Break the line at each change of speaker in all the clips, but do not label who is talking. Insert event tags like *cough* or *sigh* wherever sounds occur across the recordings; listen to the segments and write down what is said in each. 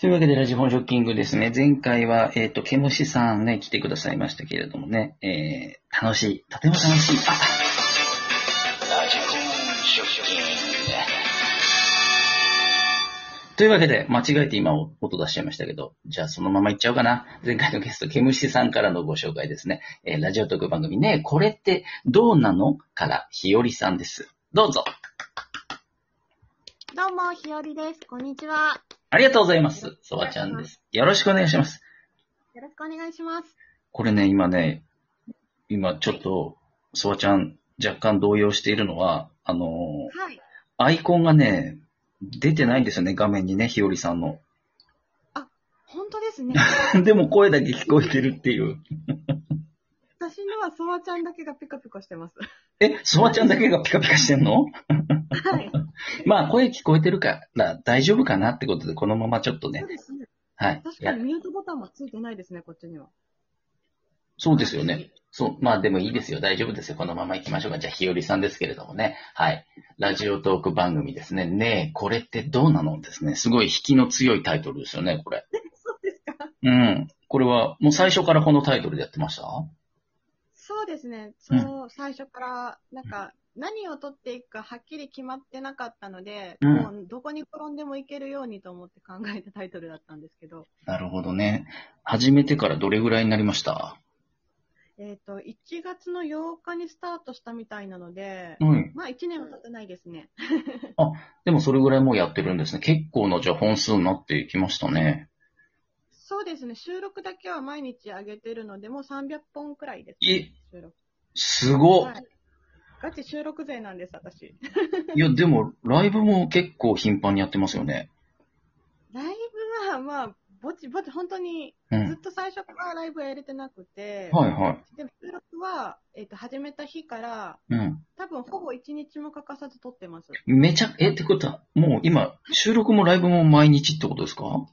というわけで、ラジフォンショッキングですね。前回は、えっ、と、ケムシさんね、来てくださいましたけれどもね、えー、楽しい。とても楽しい。あ
ラジコンショッキング。
というわけで、間違えて今音出しちゃいましたけど、じゃあそのままいっちゃおうかな。前回のゲスト、ケムシさんからのご紹介ですね。えー、ラジオトーク番組ね、これってどうなのから、ひよりさんです。どうぞ。
どうも、ひよりです。こんにちは。
ありがとうございます。そばちゃんです。よろしくお願いします。
よろしくお願いします。
これね、今ね、今ちょっと、そばちゃん若干動揺しているのは、あのー
はい。
アイコンがね、出てないんですよね、画面にね、ひよりさんの。 *laughs*
本当ですね。
でも声だけ聞こえてるっていう。
私のはそわちゃんだけがピカピカしてます。
え、そばちゃんだけがピカピカしてんの *laughs*
はい。
まあ、声聞こえてるから大丈夫かなってことで、このままちょっと
*laughs* そ
ね
う、ですね。
はい。
確
い
か
や
にミュートボタンはついてないですね、こっちには。
そうですよね。そう、まあでもいいですよ。大丈夫ですよ。このまま行きましょうか。じゃあ、ひよりさんですけれどもね。はい。ラジオトーク番組ですね。ねえ、これってどうなのですね。すごい引きの強いタイトルですよね、これ。
そうですか。
うん。これは、もう最初からこのタイトルでやってました
そうですね。そう、最初から、なんか、何を取っていくかはっきり決まってなかったので、
うん
もうどこに転んでもいけるようにと思って考えたタイトルだったんですけど、
なるほどね。始めてからどれぐらいになりました
えっ、と、1月の8日にスタートしたみたいなので、
うん。
まあ1年は経ってないですね。
でもそれぐらいもうやってるんですね。結構な、じゃあ本数になっていきましたね。
そうですね、収録だけは毎日上げてるので、もう300本くらいです、
え
ね。収録。
すごっ
はい。ガチ収録勢なんです、私。 *laughs*
いや、でも、ライブも結構頻繁にやってますよね。
ライブは、まあ、ぼちぼち、本当に、
う
ずっ
ん。
と最初からライブはやれてなくて、
はいは
でも収録は、えっ、と、始めた日から、
い。うん。
多分ほぼ1日も欠かさず撮ってます。
めちゃ、え、ってことは、もう今、収録もライブも毎日ってことですか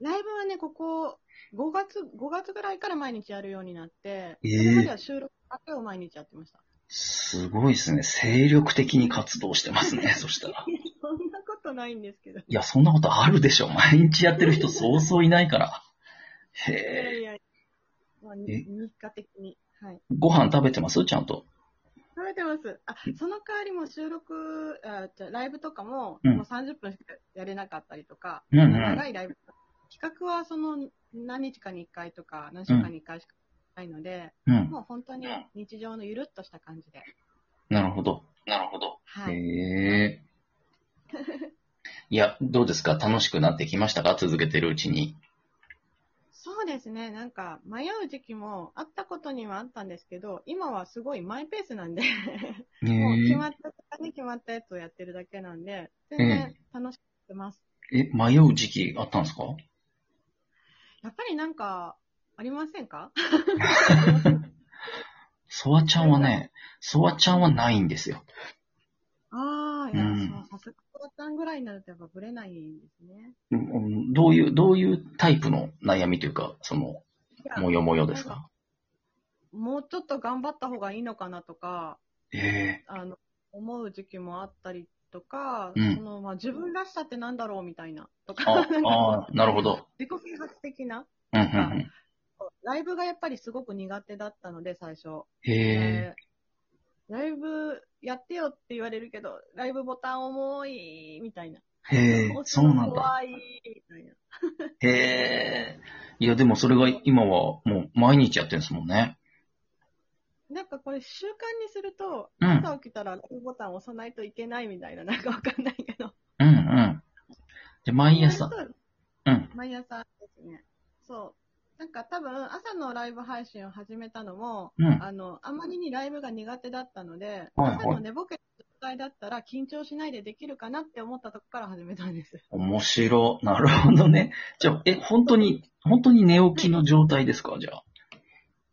ライブはね、ここ、5月、5月ぐらいから毎日やるようになって、
ええ
それまでは収録だけを毎日やってました。
すごいですね。精力的に活動してます *laughs* ね、そしたら。
そんなことないんですけど。
いや、そんなことあるでしょ。毎日やってる人そうそういないから。
いや
へえ。
いや、まあ、に
え
日課的に。はい。
ご飯食べてますちゃんと。
食べてます。あ、その代わりも収録、あじゃあライブとかも、
うん
もう30分しかやれなかったりとか、
うんうん
長いライブ。企画はその何日かに1回とか、何週間に1回しかないので、
うん。
もう本当に日常のゆるっとした感じで。
なるほど。なるほど。
はい。
へえ。いや、どうですか楽しくなってきましたか続けてるうちに。
そうですね。なんか、迷う時期もあったことにはあったんですけど、今はすごいマイペースなんで、
へ
もう決
え
まった時に決まったやつをやってるだけなんで、全然楽しくやってます。
え、迷う時期あったんですか
やっぱりなんか、ありませんか
*laughs* ソワちゃんはね、ソワちゃんはないんですよ。
ああ、いや、
うん
そう、さすがコバさんぐらいになるとやっぱぶれないんですね。
うんうんどういう、どういうタイプの悩みというか、その、
いや
もよもよですか
もうちょっと頑張った方がいいのかなとか、
ええ
あの、思う時期もあったりとか、
うん
その、まあ、自分らしさってなんだろうみたいな、とか、
あ
なん、か
あーなるほど。
自己啓発的な。
うん、うん、うん。
ライブがやっぱりすごく苦手だったので、最初。
へえ。
でライブやってよって言われるけど、ライブボタン重い、みたいな。
へえ、そうなんだ。
怖い、みたいな。
へえ。いや、でもそれが今はもう毎日やってるんですもんね。
なんかこれ習慣にすると、
うん
朝起きたらライブボタン押さないといけないみたいな、なんかわかんないけど。
うん、うん。で、毎朝。
そう
うん。
毎朝ですね。そう。なんか多分、朝のライブ配信を始めたのも、
うん。
あの、あまりにライブが苦手だったので、
はいはい
朝の寝ぼけた状態だったら緊張しないでできるかなって思ったとこから始めたんです。
面白。なるほどね。じゃあ、え、本当に、本当に寝起きの状態ですかじゃあ。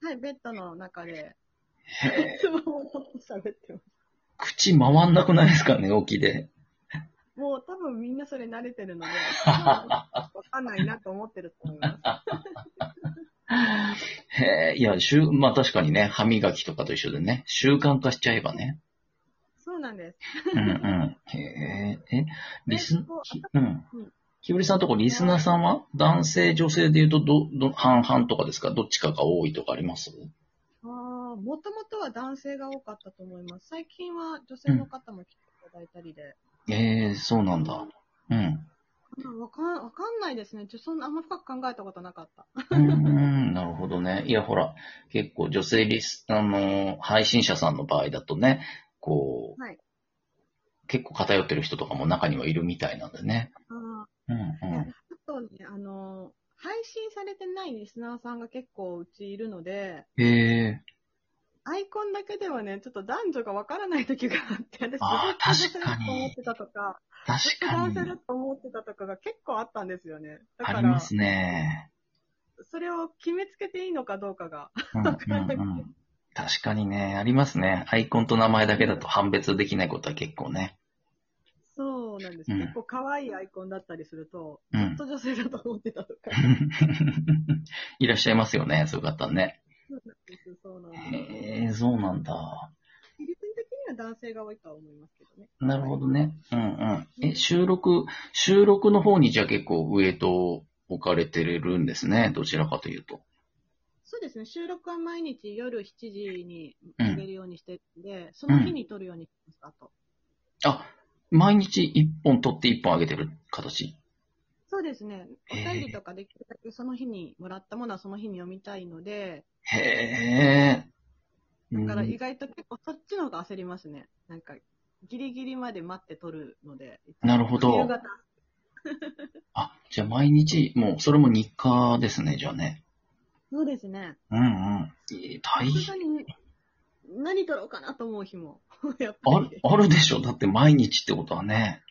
はい、ベッドの中で、
へえ。
スマホを持って喋ってます。
口回んなくないですか寝起きで。
もう多分みんなそれ慣れてるので、わかんないなと思ってると思います。
へえ、いや、習まあ確かにね、歯磨きとかと一緒でね、習慣化しちゃえばね。
そうなんです。
うんうん。へえ、え、リス
でこう
うん
うん。
ひよりさんのとこリスナーさんは男性、女性で言うとど、ど、半々とかですかどっちかが多いとかあります
ああ、もともとは男性が多かったと思います。最近は女性の方も来ていただいたりで。
ええそうなんだ。 *laughs* うん。
うんわかん、わかんないですね。ちょそんなあんま深く考えたことなかった。
うんうん、なるほどね。いや、ほら、結構女性リス、あのー、配信者さんの場合だとね、こう、
はい
結構偏ってる人とかも中にはいるみたいなんでね。
あ
うん
ー
う
あとね、あのー配信されてないリスナーさんが結構うちいるので、
ん。ええ
アイコンだけではね、ちょっと男女がわからない時があって、私、
あー
ずっと女性だと思ってたとか、ずっ
確
と
か
男
に
性だと思ってたとかが結構あったんですよね。だ
あ
か
り
ら
ま、すね。
それを決めつけていいのかどうかが。
うんうんうん、確かにね、ありますね。アイコンと名前だけだと判別できないことは結構ね。
そうなんです。
うん
結構可愛いアイコンだったりすると、
う
ずっ
ん。
と女性だと思ってたとか。
いらっしゃいますよね、そういう方ね。
そうなんです。そうなんです。
ええそうなんだ。
比率的には男性が多いとは思いますけどね。
なるほどね。うんうん。え、収録、収録の方にじゃあ結構ウエイトを置かれてるんですね。どちらかというと。
そうですね。収録は毎日夜7時に
うん
上げるようにしてるんで、その日に撮るようにします、あと。
あ、毎日1本撮って1本上げてる形。
そうですね。お
へえ
便りとかできるだけその日にもらったものはその日に読みたいので、
へえ。
だから
うん
意外と結構そっちの方が焦りますね。なんか、ギリギリまで待って撮るので。
なるほど
夕方。
あ、じゃあ毎日、もう、それも日課ですね、じゃあね。
そうですね。
うんうん。えー大
本当
変。
に何撮ろうかなと思う日も、 *laughs* やっぱ
ある
り。、
あるでしょだって毎日ってことはね。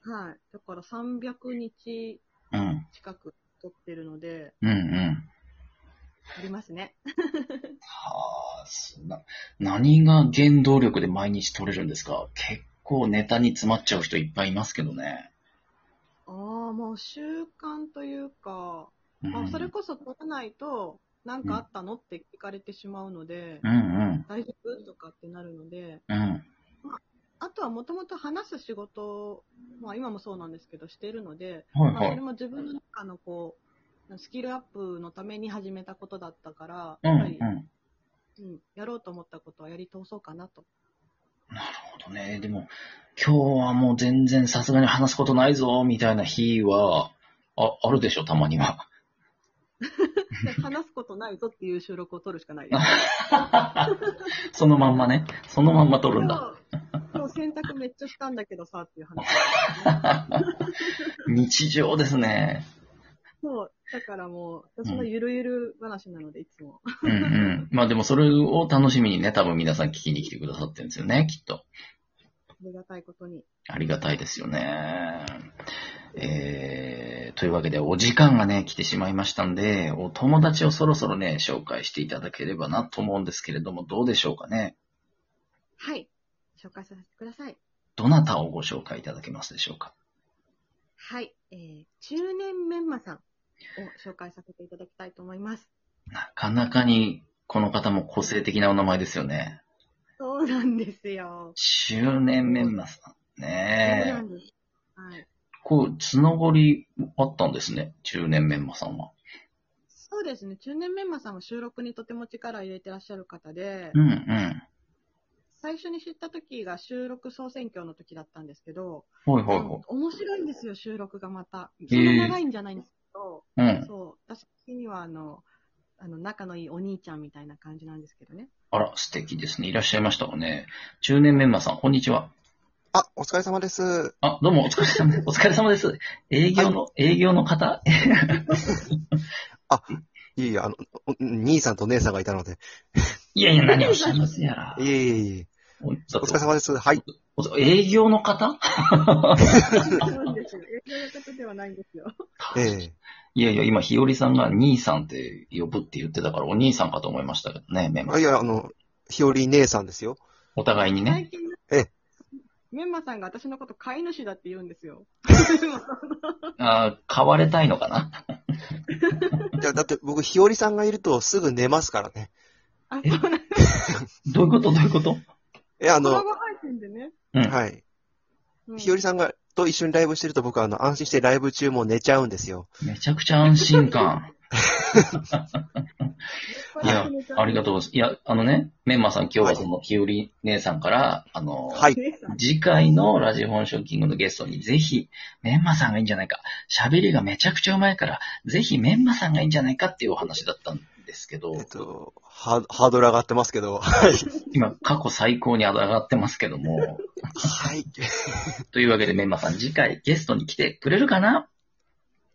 はい。だから300日
うん。
近く撮ってるので、
うんうん。
ありますね。
はあ、そんな、何が原動力で毎日取れるんですか結構ネタに詰まっちゃう人いっぱいいますけどね。
ああ、もう習慣というか、
うん、
まあ、それこそ撮らないと、なんかあったのって聞かれてしまうので、
うんうん。
大丈夫とかってなるので、
うん。
あとはもともと話す仕事を、まあ今もそうなんですけど、してるので、
はい
まあ
は
それ
い。
も自分の中のこう、スキルアップのために始めたことだったから、
う
や
ん
っ
う
ぱ
ん。なる
り、うん、やろうと思ったことはやり通そうかなと。
ほどね。でも、今日はもう全然さすがに話すことないぞ、みたいな日は、あ、あるでしょたまには。
で話すことないぞっていう収録を撮るしかないです。
そのまんまね。そのまんま撮るんだ。
今日今日洗濯めっちゃしたんだけどさっていう話。
日常ですね。
そう。だからもう、私のゆるゆる話なので、いつも。
うんうん。まあでもそれを楽しみにね、多分皆さん聞きに来てくださってるんですよね、きっと。
ありがたいことに。
ありがたいですよね。えー、というわけでお時間がね、来てしまいましたんで、お友達をそろそろね、紹介していただければなと思うんですけれども、どうでしょうかね。
はい。紹介させてください。
どなたをご紹介いただけますでしょうか。
はい。えー、中年メンマさんを紹介させていただきたいと思います。
なかなかに、この方も個性的なお名前ですよね。
そうなんですよ。
中年メンマさん。ね
そう
え
なんです。はい。
こう、つながりあったんですね。中年メンマさんは。
そうですね。中年メンマさんは収録にとても力を入れてらっしゃる方で、
うんうん。
最初に知った時が収録総選挙の時だったんですけど、
ほいほいほ
面白いんですよ、収録がまた。
ー
そんな長いんじゃないんですけど、
い。うん。
そう、私的にはあの、あの、仲のいいお兄ちゃんみたいな感じなんですけどね。
あら、素敵ですね。いらっしゃいましたかね。中年メンマさん、こんにちは。
あ、お疲れ様です。
あ、どうも、お疲れ様です。お *laughs* 疲れ様です。営業の、営業の方。
いえいえ、あの、お兄さんと姉さんがいたので。
いやいや、何をおっしゃいますやら
い。えいえいえ、
お
お疲れ様です。はい。
営業の方
そうなんですよ。営業の方ではないんですよ。
*laughs* ええ
*laughs* いやいや、今、日和さんが兄さんって呼ぶって言ってたから、お兄さんかと思いましたけどね、メンマ
あ。いや、あの、ひより姉さんですよ。
お互いにね。
最近、
ええ
メンマさんが私のこと飼い主だって言うんですよ。
あー買われたいのかな。
いや、だって僕、ひよりさんがいるとすぐ寝ますからね。
あ、そうなんです。
どういうことどういうこと
え、あ
コラ
の、
ボ配信でね。
うん。
はい。
うん
ひよりさんがと一緒にライブしてると僕はあの安心してライブ中も寝ちゃうんですよ。
めちゃくちゃ安心感。いや、ありがとうございます。いや、あのね、メンマさん、今日はその、ひより姉さんから、あの、
は
う
い。
次回のラジオンショッキングのゲストに、ぜひ、メンマさんがいいんじゃないか。喋りがめちゃくちゃうまいから、ぜひメンマさんがいいんじゃないかっていうお話だったんですけど
えっ、と、ハハードル上がってますけど。はい。
今、過去最高に上がってますけど
*laughs*
も、
はい。
というわけでメンマさん、次回ゲストに来てくれるかな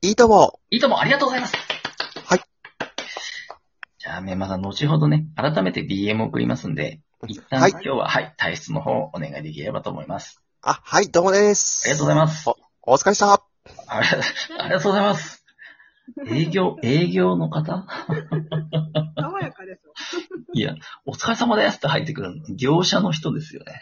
い
いとも。
いいともありがとうございます。
はい。
じゃあ、メンマさん、後ほどね、改めて DM を送りますんで、一旦
はい
今日は、はい、体質の方をお願いできればと思います。
あ、はい、どうもです。
ありがとうございます。
お疲れっした。
ありがとうありがとうございます。営業、営業の方
爽やかですよ。
いや、お疲れ様ですって入ってくるの業者の人ですよね。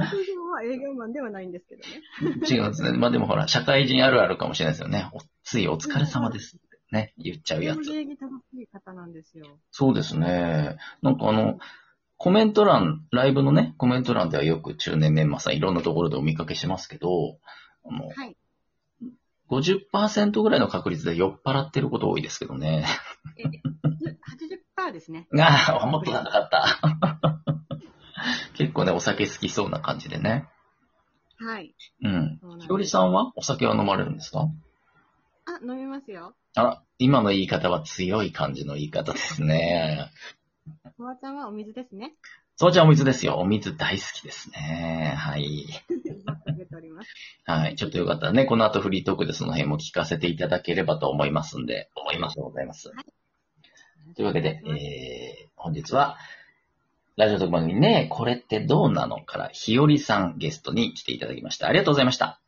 職業は営業マンではないんですけどね。
違うんですね。まあでもほら、社会人あるあるかもしれないですよね。おついお疲れ様ですってね、言っちゃ
と
う
て
や
も
つ。
礼儀正しい方なんですよ。
そうですね。なんかあの、コメント欄、ライブのね、コメント欄ではよく中年メンマさんいろんなところでお見かけしますけど、あの、
はい。
50%ぐらいの確率で酔っ払ってること多いですけどね。
え80%ですね。
ああ、もっと高かった。結構ね、お酒好きそうな感じでね。
はい。
うん。
そうなんです
ひよりさんはお酒は飲まれるんですか
あ、飲みますよ。
あら、今の言い方は強い感じの言い方ですね。
フワちゃんはお水ですね。
そうちゃんお水ですよ。お水大好きですね。はい。
あげております。
はい。ちょっとよかったらね、この後フリートークでその辺も聞かせていただければと思いますんで、思いますでございます。というわけで、えー、本日は、ラジオ特番組ね、これってどうなのから、ひよりさんゲストに来ていただきました。ありがとうございました。